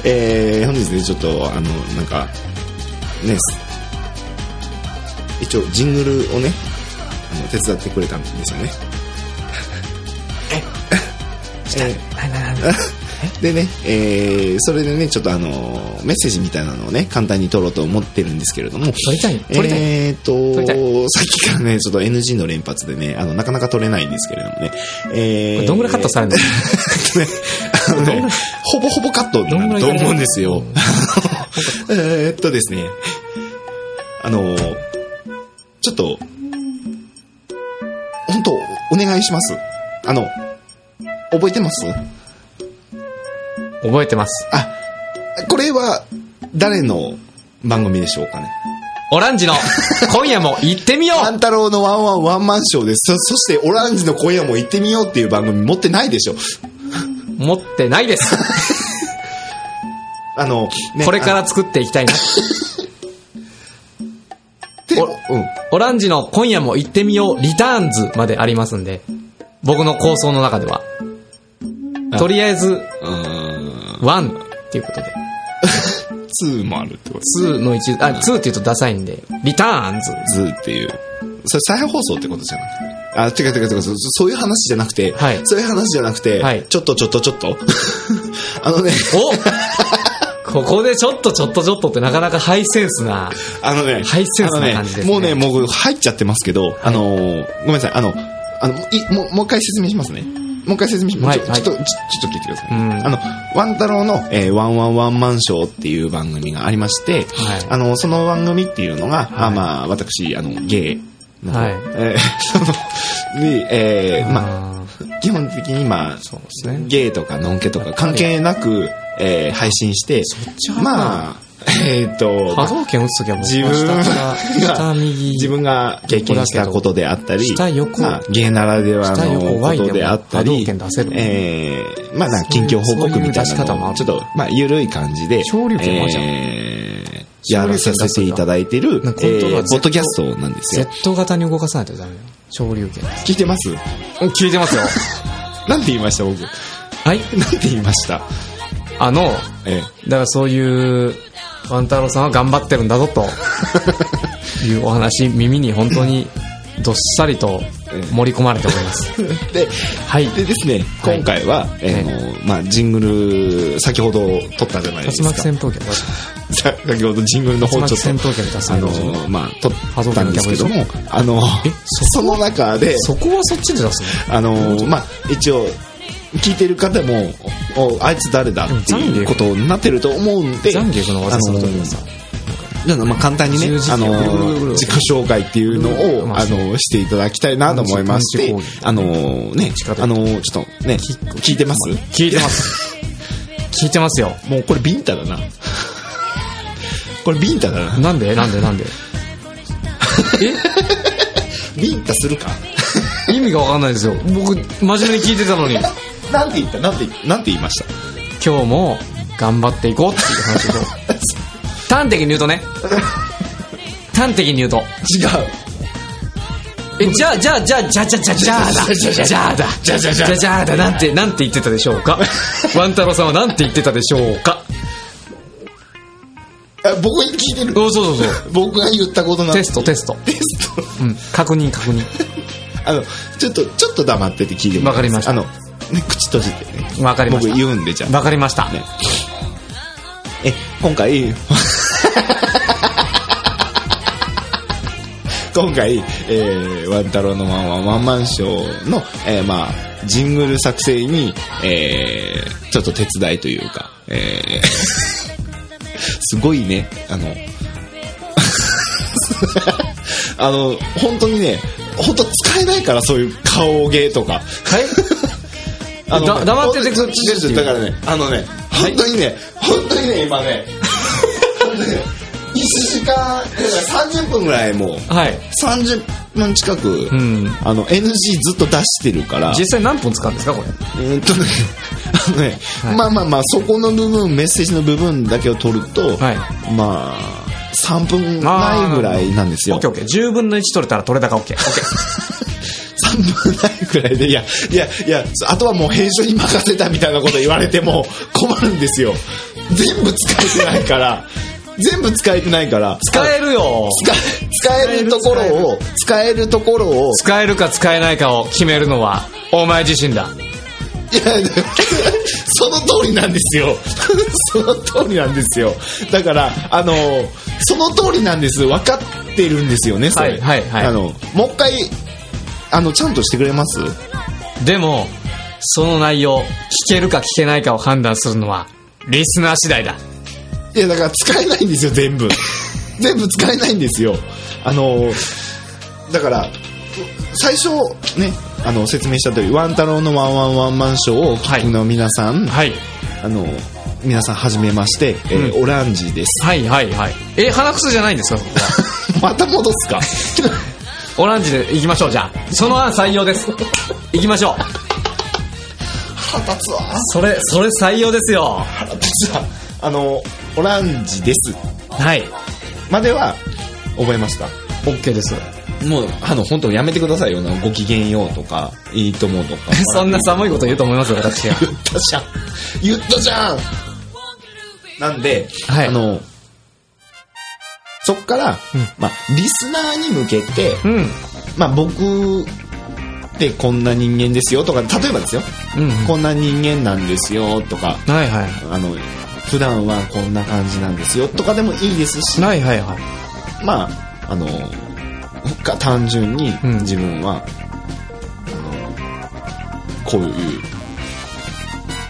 A: えー、本日ねちょっとあのなんかねす一応ジングルをねあの手伝ってくれたんですよね
B: はいはいはい
A: でね、えー、それでねちょっとあのメッセージみたいなのをね簡単に取ろうと思ってるんですけれども
B: 取りたい取りたい、
A: えーっ
B: 撮りた
A: と、さっきからね、ちょっと NG の連発でね、あの、なかなか取れないんですけれどもね。え
B: こ
A: ー、
B: れどんぐらいカットされる の
A: ね、あの ね、ほぼほぼカットになると思うんですよ。 えーっとですね、あの、ちょっと、本当お願いします。あの、覚えてます
B: 覚えてます
A: あ、これは、誰の番組でしょうかね。
B: オランジの今夜も行ってみよ
A: ワン
B: う
A: 太郎のワンワンワンマンショーです。そ、そして、オランジの今夜も行ってみようっていう番組持ってないでしょ。
B: 持ってないです。
A: あの、ね
B: これか
A: あ
B: ら作っていきた いな。
A: って
B: お
A: うん。
B: オランジの今夜も行ってみようリターンズまでありますんで、僕の構想の中では。とりあえず、ワンっていうことで。
A: ツーもあるってこと
B: ツーの一、あ、ツーって言うとダサいんで、リターンズ。
A: ズーっていう。それ再放送ってことじゃなくて。あ、てかてかてか、そそういう話じゃなくて、
B: はい
A: そういう話じゃなくて、
B: はい
A: ちょっとちょっとちょっと。 あのね、
B: おここでちょっとちょっとちょっとってなかなかハイセンスな。
A: あのね、
B: ハイセンスな感じですね
A: あのねもうね、もう入っちゃってますけど、あのー、ごめんなさい、あの、あの、い、もう、もう一回説明しますね。もう一回説明しま
B: は
A: す。
B: い
A: ちょ
B: はい
A: ちょっと、ちょちょっと聞いてください。
B: うん
A: あの、ワン太郎の、えーワンワンワンマンショーっていう番組がありまして、
B: はい
A: あの、その番組っていうのが、あまあ、私、あの、ゲイの、
B: はい
A: えーその、に、えーまあ、
B: まあ、
A: 基本的にまあ、
B: そうですね。
A: ゲイとかノンケとか関係なく、えー配信して
B: ち派かな
A: まあえっ、と
B: 波動拳打つときはもう
A: 自分
B: 下から
A: が
B: 下右。
A: 自分が経験したことであったり、
B: 下横
A: まあ、芸ならでは
B: 下
A: の
B: 横
A: こ
B: Y でも
A: とであったり
B: 波動拳出せる、
A: えー、まあ、なんか
B: そうい
A: 近
B: う
A: 況報告みたい
B: そういう出し
A: な
B: 方も
A: の
B: あ
A: を、
B: る
A: ちょっと、まあ、緩い感じで、
B: 昇竜拳もあるじゃん
A: えーやらさせていただいてる、え
B: なんかコントローラー
A: ー、ポッドキャストなんですよ。
B: Z 型に動かさないとダメよ。昇竜拳。
A: 聞いてます
B: 聞いてますよ。
A: なんて言いました僕。
B: はい。
A: なんて言いました
B: あの、
A: え
B: だからそういう、ワン太郎さんは頑張ってるんだぞと、いうお話、耳に本当にどっさりと盛り込まれております。
A: ーで、
B: はい。
A: でですね、
B: はい
A: 今回は、えーの、まあ、ジングル、先ほど撮ったじゃないで
B: 竜
A: す
B: 巻
A: か。
B: 旋風拳。
A: さ先ほどジングルの
B: 竜
A: 方
B: 巻
A: ちょっと
B: 旋。風拳出す
A: あの
B: の。、
A: まあ、撮ったんですけども、あの
B: え、
A: その中で、
B: そこはそっちで出すの
A: あの、まあ、一応、聞いてる方も、おあいつ誰だっていうことになってると思うんで、
B: ザンギエフの技するときはさ、
A: あの、まあ、簡単にね
B: 十字、
A: あ
B: キーぐるぐるぐるぐ
A: の、
B: る
A: 自己紹介っていうの
B: ま
A: を、
B: あ
A: あの、していただきたいなと思いまして
B: パンチ攻、撃
A: あの、ね、
B: 力
A: あの、ちょっとね、聞いてます
B: 聞いてます。聞いてますよ。
A: もうこれビンタだな。これビンタだな。
B: なんでなんでなんでえ
A: ビンタするか
B: 意味がわかんないですよ僕真面目に聞いてたのに今
A: なんて言ったなんて、なんて言いました
B: 日も頑張っていこうっていう話を端的に言うとね端的に言うと
A: 違う。
B: えじゃあじゃあじゃあじゃあじゃあじゃあじゃあだじゃあだじゃあじゃあじゃあじゃあだなんてなんて言ってたでしょう かワン太郎さんはなんて言ってたでしょうか
A: あ僕に聞いてる。
B: おそうそうそう
A: 僕が言ったことなん
B: テ
A: て
B: ストテスト
A: テスト。
B: うん確認確認
A: あのちょっとちょっと黙ってて聞いてもらえ
B: わかりました
A: あの、ね、口閉じてね
B: わかりました
A: 僕言うんでじゃあ
B: わかりました。
A: ねえ今回今回、えー、ワンタロウのワンワンワンマンショーの、えーまあ、ジングル作成に、えー、ちょっと手伝いというか、えー、 すごいね、あの、 あの、本当にね、本当使えないから、そういう顔芸とか。 あの
B: だ黙っててくれ
A: ちょちょちょだからね、あのね、
B: い
A: 本当にね、本当にね、今ね、 本当にね1時間、だから30分ぐらいもう、
B: はい。
A: 30分近く、
B: ん
A: あの、NG ずっと出してるから、
B: 実際何分使うんですか、これ。
A: うーんとね、 あのね、
B: はい
A: まあまあまあ、そこの部分、メッセージの部分だけを取ると、
B: はい
A: まあ、3分ないぐらいなんです
B: オ
A: よ
B: ッケ。ーオッケー。10分の1取れたら取れ高オッケー。オッケー。
A: 3分ないぐらいで、いや、いや、いや、あとはもう編集に任せたみたいなこと言われても困るんですよ。全部使えてないから、全部使えてないから、
B: 使えるよ
A: 使え使えるところを、使えるところを、
B: 使えるか使えないかを決めるのは、お前自身だ。
A: いや、だからその通りなんですよ。 その通りなんですよ。だから、あの、その通りなんです。分かってるんですよね、それ。
B: はいはいはい
A: あの、もう一回、あの、ちゃんとしてくれます
B: でも、その内容、聞けるか聞けないかを判断するのは、リスナー次第だ。
A: いや、だから使えないんですよ、全部。 全部使えないんですよ。あの、だから、最初、ね、あの、説明した通り、ワン太郎のワンワンワンマンショーをお聞きの皆さん、
B: はい。
A: あの、皆さん、はじめまして、えー
B: うん
A: オランジです。
B: はいはいはい。え、鼻くそじゃないんですか、そこ は。
A: また戻すか
B: オランジで行きましょう、じゃあ。その案採用です。行きましょう。
A: 腹立つわ。
B: それ、それ採用ですよ。
A: 実はあのオランジです
B: はい。
A: までは覚えました
B: OK です。
A: もうあの本当やめてくださいよなごきげんようとかいいとも とか
B: そんな寒いこと言うと思いますよ、私が。
A: 言ったじゃん言ったじゃんなんで、
B: はい
A: あのそっから、
B: うん
A: まあ、リスナーに向けて、
B: うん。
A: まあ、僕ってこんな人間ですよとか例えばですよ、
B: うん。
A: こんな人間なんですよとか
B: はいはい。
A: あの普段はこんな感じなんですよとかでもいいですし
B: はいはいはい。
A: まあ、あの、が単純に
B: うん
A: 自分は、あの、こういう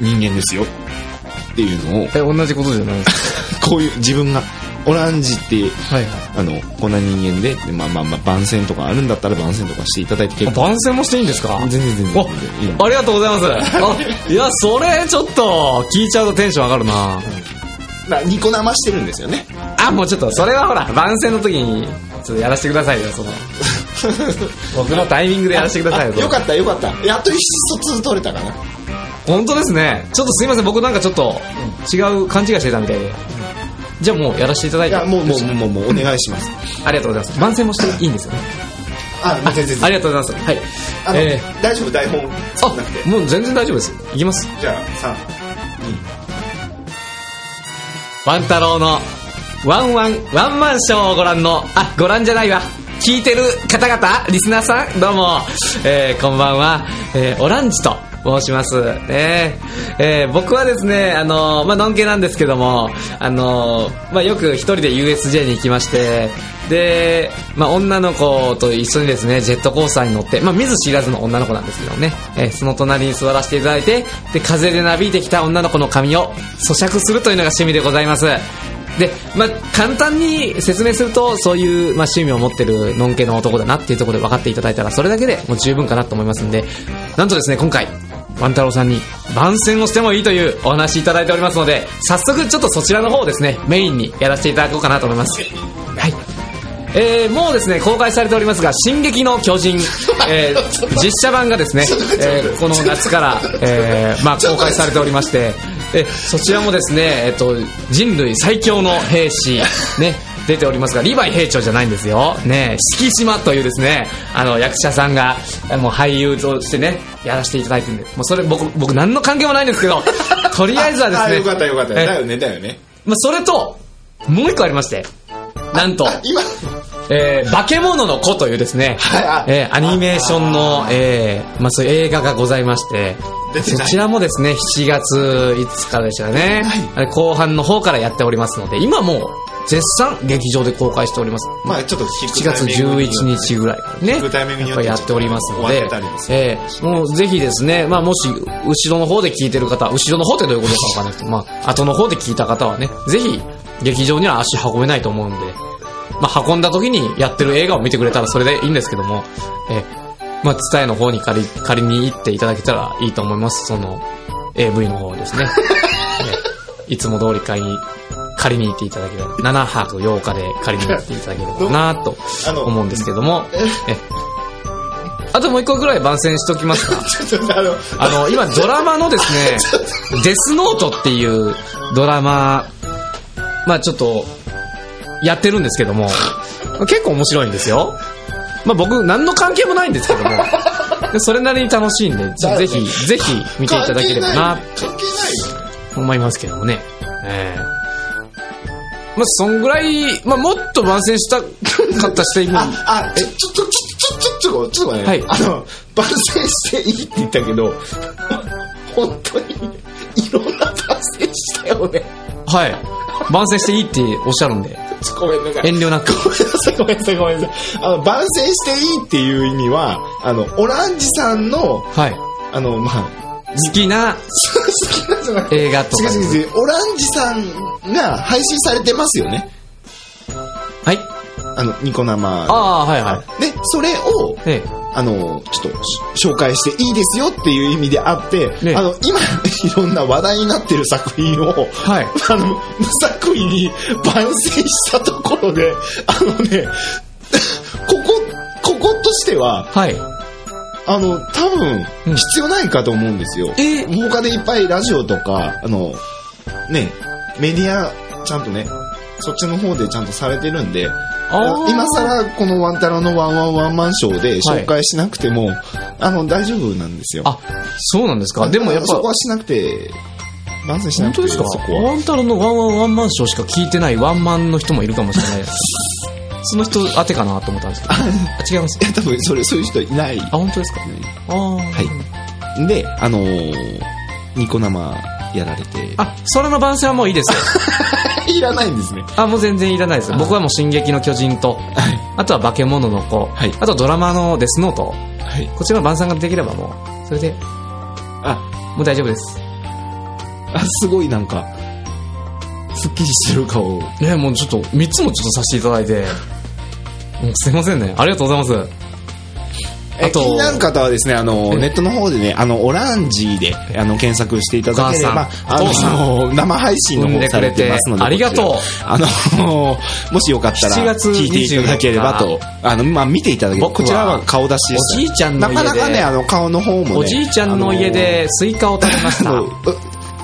A: 人間ですよっていうのを、
B: え、同じことじゃないです
A: こういう自分が、オランジって、
B: か。はいは
A: あの、こんな人間で、でまあまあまあ、番宣とかあるんだったら番宣とかしていただいて結構。
B: 番宣もしていいんですか
A: 全然全然
B: お
A: 全然いいの。
B: ありがとうございます。あ、いや、それ、ちょっと、聞いちゃうとテンション上がるな
A: まあニコ生してるんですよね。
B: あ、もうちょっと、それはほら、番宣の時に、ちょっとやらせてくださいよ、その。僕のタイミングでやらせてくださいよ。
A: あよかったよかった。やっと一卒取れたかな。
B: 本当ですね。ちょっとすいません、僕なんかちょっと、違う勘違いしてたみたいで。じゃあもうやらせていただい
A: い
B: て。
A: や、もうもうもうもうお願いします。
B: ありがとうございます。番宣もしていいんですよね。
A: あ、全然全
B: あ
A: 然。
B: りがとうございます。はい。
A: あの
B: え
A: 大丈夫台本
B: ー
A: 作んなくて
B: あ、。もう全然大丈夫です。いきます。
A: じゃあ、三
B: ワン太郎のワンワンワンマンショーをご覧の、あ、ご覧じゃないわ。聞いてる方々、リスナーさん、どうも、えー、こんばんは、えー、オランジと申します。ねえー僕はですね、あのーまあ、のんけなんですけども、あのーまあ、よく一人で USJ に行きまして、で、まあ、女の子と一緒にですね、ジェットコースターに乗って、まあ、見ず知らずの女の子なんですけどね、えーその隣に座らせていただいて、で、風でなびいてきた女の子の髪を咀嚼するというのが趣味でございます。で、まあ、簡単に説明すると、そういう、まあ、趣味を持ってる、のんけの男だなっていうところで分かっていただいたら、それだけでもう十分かなと思いますんで、なんとですね、今回、ワン太郎さんに番宣をしてもいいというお話いただいておりますので、早速ちょっとそちらの方をですね、メインにやらせていただこうかなと思います。はい。えー、もうですね、公開されておりますが、進撃の巨 人、えー、実写版がですね、えーこの夏から、えー、まあ、公開されておりまして、えそちらもですね、えっと、人類最強の 兵士、ね、出ておりますが、リヴァイ兵長じゃないんですよ。ね、敷島というですね、あの、役者さんが、えもう俳優としてね、やらせていただいてるんで、もうそれ僕、僕何の関係もないんですけど、とりあえずはで す
A: あ、
B: ね、
A: よかったよかった。
B: え
A: だよね、だよね。
B: まあ、それと、もう一個ありまして、なんと、
A: あ、今、
B: えー、化け物の子というですね、
A: はい
B: えーアニメーションの、えー、まあそういう映画がございまして、
A: 出て
B: そ
A: ない
B: ちらもですね、7月5日でしたね、あれ後半の方からやっておりますので、今もう絶賛劇場で公開しております。
A: まあちょっと引
B: 7月11日ぐらいからね、
A: 聞くタイミングに
B: や
A: よって
B: っぱりやっておりますの
A: 終
B: で
A: わったりも、す
B: えーもうぜひですね、まあもし、後ろの方で聞いてる方、後ろの方ってどういうことかわかんないですけど、まあ、後の方で聞いた方はね、ぜひ、劇場には足運べないと思うんで、まあ、運んだ時にやってる映画を見てくれたらそれでいいんですけども、えーまあ、伝えの方に借り、借りに行っていただけたらいいと思います。その、AV の方ですね。 えーいつも通り買いに、借りに行っていただければ、7泊8日で借りに行っていただければなと
A: あの
B: 思うんですけども、えあともう一個ぐらい番宣しときま すか。
A: ちょっとあの
B: あの、今ドラマのですね、デスノートっていうドラマ、まあちょっと、やってるんですけども、結構面白いんですよ。まあ僕、何の関係もないんですけ ども、それなりに楽しいんで、ちょぜひ、ぜひ見ていただければな、
A: 関係ないよね
B: 思いますけどもね。ええまあそんぐらい、まあもっと番宣したかったしていく。
A: ああちょちょちょちょちょちょちょちょっと待って
B: はい
A: あの番宣していいって言ったけど本当にいろんな番宣したよね
B: はい。番宣していいっておっしゃるんで、
A: ちょごめんなさい
B: 遠慮なく。
A: ごめんなさい、ごめんなさい、ごめんなさい。あの、番宣していいっていう意味は、あの、オランジさんの、
B: はい。
A: あの、まあ、
B: 好きな
A: 好きなんじゃなくて、
B: 映画と
A: 違
B: か
A: う
B: に。
A: 違う違う、オランジさんが配信されてますよね。
B: はい。
A: あの、ニコ生。
B: ああー、はいはい。
A: で、それを、
B: え
A: あの、ちょっとし、紹介していいですよっていう意味であって、
B: ね
A: あの、今、いろんな話題になってる作品を、
B: はい
A: あの、無作為に番宣したところで、あのね、 ここ、こことしては、
B: はい。
A: あの、多分
B: う、ん
A: 必要ないかと思うんですよ。
B: えー
A: 他でいっぱいラジオとか、あの、ね、メディア、ちゃんとね、そっちの方でちゃんとされてるんで、
B: あー
A: 今更このワンタロのワンワンワンマンショーで紹介しなくても、あの、大丈夫なんですよ。
B: あ、そうなんですか。でもやっ
A: そこ
B: ぱ、
A: はしなくて、万全しな
B: 本
A: くて
B: 当ですか
A: そこは。
B: ワンタロのワンワンワンマンショーしか聞いてないワンマンの人もいるかもしれ ないです。その人当てかなと思ったんですけど。あ違います
A: い。や、多分、それ、そういう人いない。。
B: あ、本当ですか。ああ。はい
A: で、あのニコ生やられて。
B: あ、それの番宣はもういいですよ。
A: いらないんですね。
B: あ、もう全然いらないです。僕はもう進撃の巨人と、あとは化け物の子、
A: はい
B: あとドラマのデスノート、
A: はい。
B: こちらの晩餐ができればもう、それで、
A: あ、
B: もう大丈夫です。
A: あ、すごいなんか、すっきりしてる顔。
B: いや、もうちょっと、3つもちょっとさせていただいて、もうすいませんね。ありがとうございます。
A: あ
B: あ
A: と、
B: と
A: 気になる方はですね、あの、
B: え
A: ネットの方でね、あの、オランジーで、あの、検索していただければ、あ
B: お母さん
A: の、生配信の
B: 産
A: 方
B: んで
A: さ
B: く
A: れ
B: れ
A: て
B: て
A: ますので、
B: ありがとう
A: こちらあの、 もしよかった
B: 7
A: ら、
B: 月24
A: 聞いていただければと、あの、まあ、見ていただければ、
B: 僕
A: こ
B: は
A: ちらは顔出しで
B: おじいちゃん
A: な
B: の家で
A: かなかね、あの、顔の方もね、
B: おじいちゃんの家でスイカを食べまし
A: あ
B: た。
A: の、あのう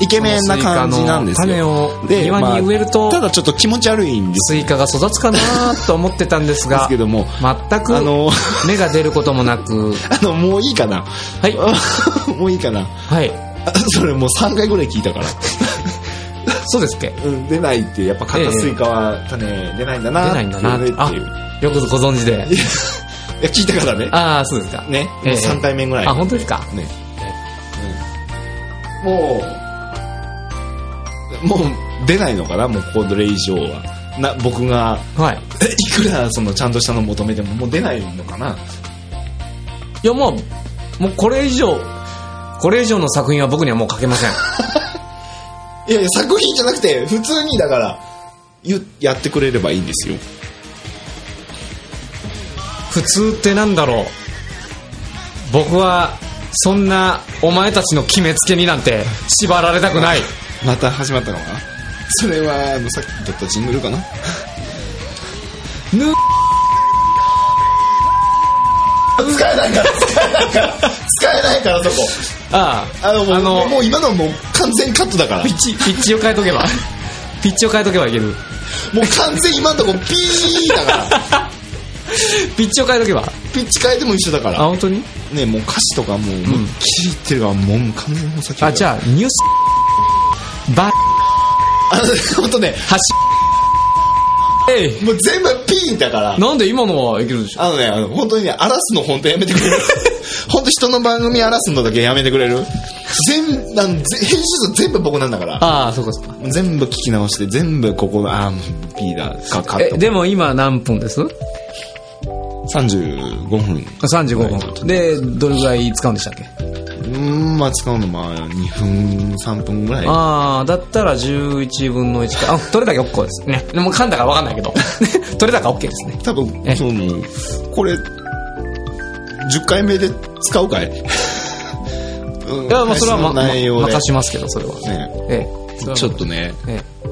A: イケメンな感じなんです
B: そのスイカ
A: よ。
B: の種を庭に植えると、
A: ただちょっと気持ち悪いんです
B: スイカが育つかなと思ってたんですが
A: け、ども、
B: 全
A: あ
B: く
A: の、
B: 芽が出ることもなく、
A: あの、もういいかな。
B: はい、
A: もういいかな。
B: はい、
A: あ それもう3回ぐらい聞いたから。
B: そうですっけ。
A: うん、出ないって、やっぱ買ったスイカは種出ないんだな。
B: 出ないんだな
A: っていう。
B: あよくご存知で。
A: いや、聞いたからね。
B: ああ、そうですか。
A: ね。
B: え
A: もう
B: え
A: 3回目ぐらい。
B: あ、本当ですか。
A: ね。うんもう、もう出ないのかな、もうコードレ以上は。な、僕が、
B: はい。
A: えいくらそのちゃんとしたの求めてももう出ないのかな。
B: いや、もう、もうこれ以上、これ以上の作品は僕にはもう書け ません。
A: いやいや、作品じゃなくて、普通にだから、ゆやってくれればいいんですよ。
B: 普通ってなんだろう。僕は、そんな、お前たちの決めつけになんて、縛られたくない。
A: また始まったのかなそれは、あの、さっき撮ったジングルかな
B: ぬ、
A: 使えないから、使えないから、使えないから、そこ。
B: ああ、
A: あの、もう
B: あの
A: もう今のはもう完全カットだから。も
B: ピッチ、ピッチを変えと けば。ピッチを変えとけばいける。
A: う完全今のとこピーだ から。
B: ピッチを変えとけば。
A: ピッチ変えても一緒だか
B: あ、
A: ら。
B: 本当に
A: ね、もう歌詞とかもう、もう切り入ってるから、もう完全にもう先
B: あ、じ
A: ゃ
B: ゃあ、ニュース、ば、
A: あ、ほんとね、
B: はし、えい
C: もう全部ピンだから。
B: なんで今のはいけるんでしょ
C: あのね、あの、本当にね、荒らすの本当やめてく れる。本当人の番組荒らすのだけやめてくれる。全、あの、ぜ編集長全部僕なんだから。
B: ああ、そうかそうか。
C: 全部聞き直して、全部ここの、あー、もうピーだ、か、かっ
B: え、
C: た。
B: でも今何分です
C: 35分。
B: ?35 分。で、どれぐらい使うんでしたっけ
C: うーん、まあ使うの、まあ、2分、3分ぐらい。
B: ああ、だったら11分の1か。あ、取れたけ OK です。ね。でも噛んだから分かんないけど。 取れたか OK ですね。
C: 多分、
B: え
C: その、これ、10回目で使うかいうん
B: いや、まあそれは、
C: 最
B: ま、
C: 初の内容
B: ま
C: で。
B: 任しますけど、それは。
C: ね、
B: ええ。
C: ちょっと。ね、
B: ええ。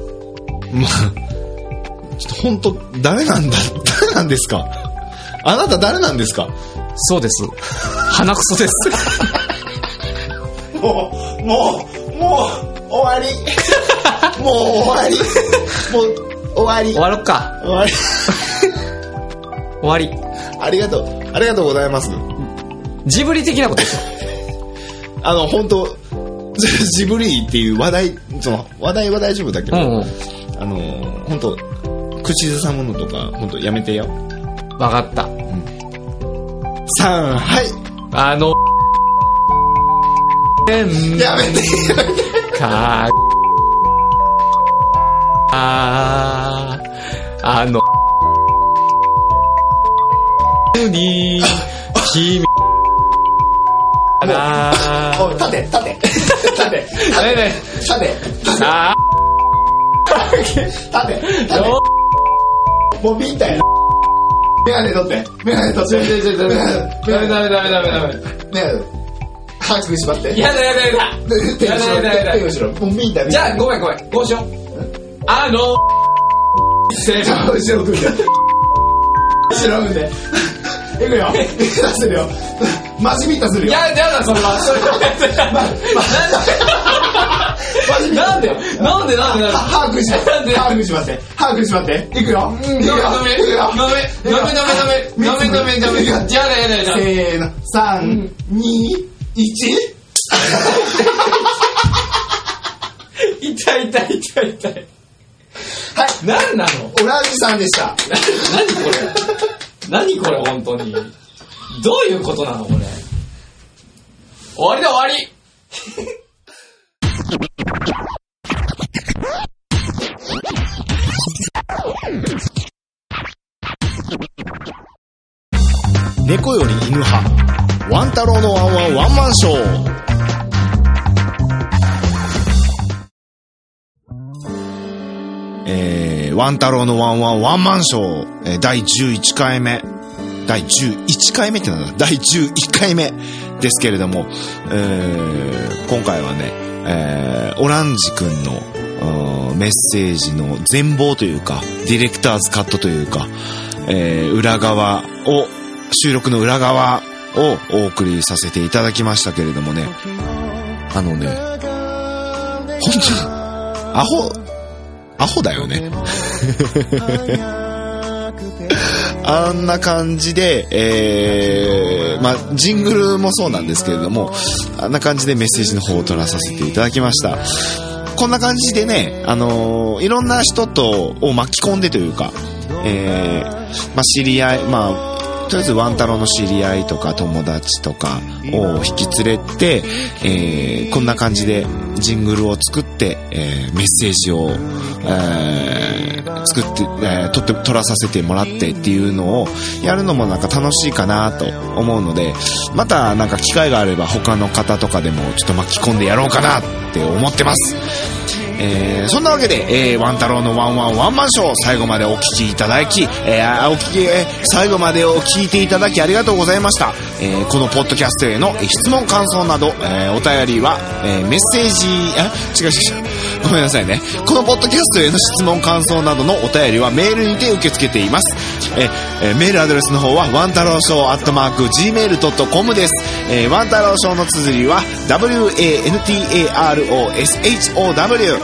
C: まあ、ちょっと本当、誰なんだ、誰なんですかあなた誰なんですか
B: そうです。鼻くそ です。
C: もう、もう、もう、終わり。 もう終わり。もう、終わり。
B: 終わろっか。
C: 終わり。
B: 終わり。
C: ありがとう。ありがとうございます。
B: ジブリ的なことでしょ。
C: あの、本当 ジブリっていう話題、その、話題は大丈夫だけ
B: う
C: ど、
B: んうん。
C: あの、本当口ずさむのとか、本当やめてよ。
B: 分かった。
C: さん、はい。
B: あの、えん
C: やめて。
B: か、あー、あの、に、君、あー、
C: おい、立て、立て。立て、
B: ねえね
C: 立て、
B: えさ
C: 立て、立
B: あ、
C: て。
B: よ
C: もうビンタや。メガネ取って。メガネ取って。
B: ちょちょちょ
C: メガネ
B: ダメダメダメダメダメ
C: メガネ。歯食いしばって。
B: やだやだやだ
C: で手
B: やだやだやだ
C: 手後ろ。もうビンタ。
B: じゃあ、ごめんごめん、こうしよう。あの、せ
C: あ、後ろ組んで。後ろ組んで。いくよ。ビンタするよ。マジビンタする
B: い
C: よ。
B: や、やだ、それは。それは
C: マジビンタ
B: なんでなんでなんでなんで
C: 歯食いしばって。歯食いしばって。歯食いしばって。いくよ。いくよ
B: ダメ
C: いくよ
B: ダメダメダメダメダメダメダメダメやだやだやだ
C: せーの、3、2、1。
B: 痛い痛い痛い痛い
C: はい。
B: 何なの
C: オランジさんでした。
B: 何これ何これ本当にどういうことなのこれ終わりだ終わり
A: 猫より犬派ワン太郎のワンワンワンマンショーえー、ワン太郎のワンワンワンマンショー、えー第11回目第11回目ってなんだ第11回目ですけれども、えー今回はね、えーオランジくんのあーメッセージの全貌というかディレクターズカットというか、えー裏側を収録の裏側をお送りさせていただきましたけれどもねあのね本当にアホアホだよねあんな感じで、えー、まあ、ジングルもそうなんですけれども、あんな感じでメッセージの方を取らさせていただきました。こんな感じでね、あのーいろんな人と、を巻き込んでというか、えー、まあ、知り合い、まあ、とりあえずワン太郎の知り合いとか友達とかを引き連れて、えー、こんな感じでジングルを作って、えー、メッセージを、えー、作って、えー、撮って、撮らさせてもらってっていうのをやるのもなんか楽しいかなと思うので、またなんか機会があれば他の方とかでもちょっと巻き込んでやろうかなって思ってます。えーそんなわけで、えーワン太郎のワンワンワンマンショー、最後までお聞きいただき、えーあお聞き、えー最後までお聞いていただきありがとうございました。えーこのポッドキャストへのえー質問、感想など、えーお便りは、えーメッセージ、あ、違う違う 違う。ごめんなさいね。このポッドキャストへの質問、感想などのお便りはメールにて受け付けています。えーえーメールアドレスの方は、ワン太郎ショーアットマーク gmail.com です。えーワン太郎ショーの綴りは、w-a-n-t-a-r-o-s-h-o-w、え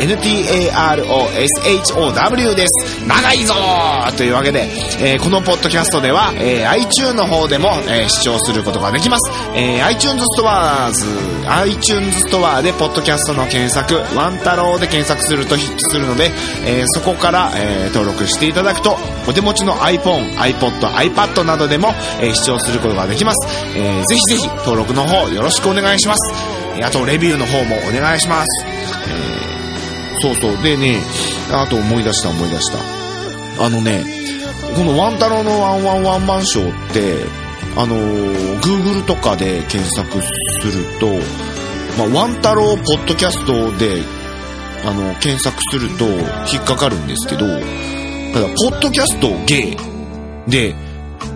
A: ー w-a-n-t-a-r-o-s-h-o-w です。長いぞーというわけで、えーこのポッドキャストでは、えー iTunes の方でも、えー視聴することができます。えー iTunes ストアーズ、iTunes ストアでポッドキャストのの検索、ワン太郎で検索するとヒットするので、えーそこから、えー登録していただくと、お手持ちの iPhone、iPod、iPad などでも、えー視聴することができます。えーぜひぜひ登録の方よろしくお願いします。えーあと、レビューの方もお願いします。えーそうそう。でね、あと思い出した思い出した。あのね、このワン太郎のワンワンワンマンショーって、あのー、Google とかで検索すると、まあ、ワン太郎ポッドキャストで、あの、検索すると引っかかるんですけど、だから、ポッドキャストゲイで、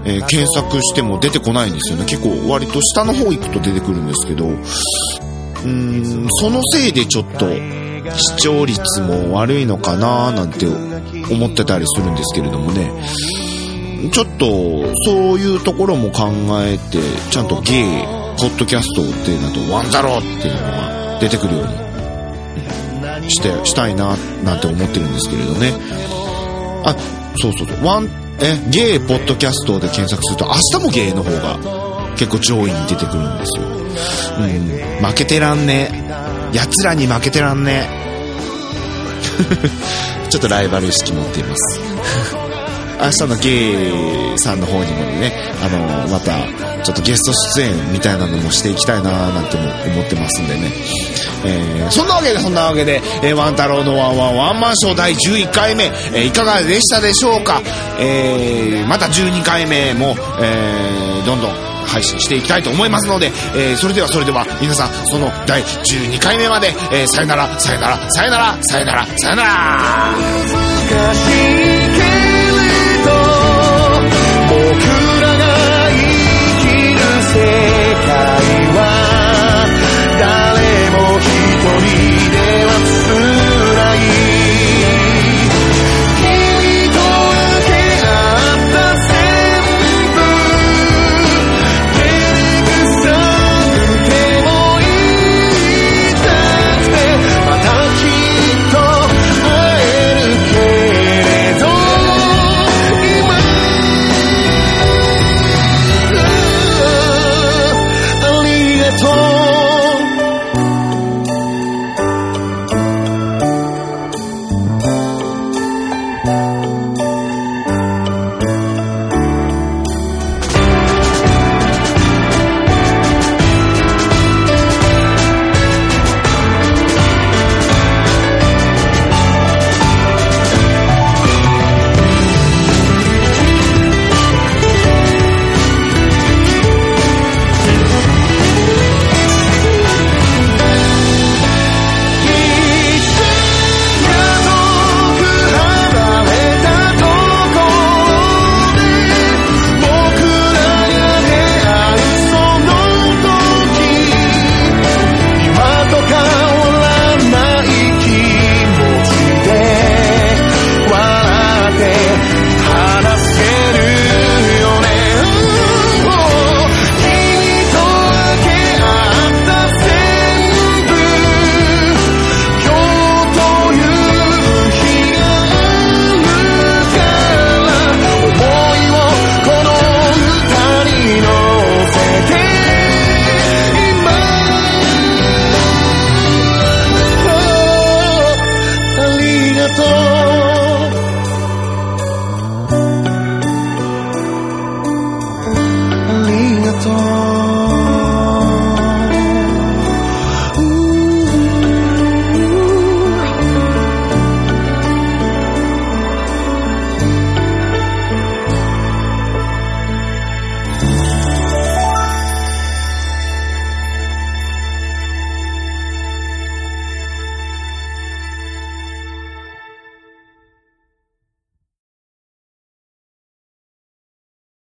A: えー検索しても出てこないんですよね。結構割と下の方行くと出てくるんですけど、うーん、そのせいでちょっと視聴率も悪いのかななんて思ってたりするんですけれどもね。ちょっと、そういうところも考えて、ちゃんとゲイ、ポッドキャストっていうのと、ワンダローっていうのが出てくるように、うんして、したいな、なんて思ってるんですけれどね。あ、そうそうそう、ワン、え、ゲイ、ポッドキャストで検索すると、明日もゲイの方が結構上位に出てくるんですよ。うん、負けてらんねえ。奴らに負けてらんねえ。ちょっとライバル意識持っています。明日のゲイさんの方にもね、あの、また、ちょっとゲスト出演みたいなのもしていきたいななんても思ってますんでね。えー、そんなわけで、そんなわけで、えーワン太郎のワンワンワンマンショー第11回目、えーいかがでしたでしょうかえー、また12回目も、えー、どんどん配信していきたいと思いますので、えー、それではそれでは、皆さん、その第12回目まで、えー、さよなら、さよなら、さよなら、さよなら、さよなら
D: 難しいけれど僕らが生きる世界は誰も一人ではつらい君と受け合った全部照れくさくてもいい「またきっと会えるけれど」「今ありがとう」「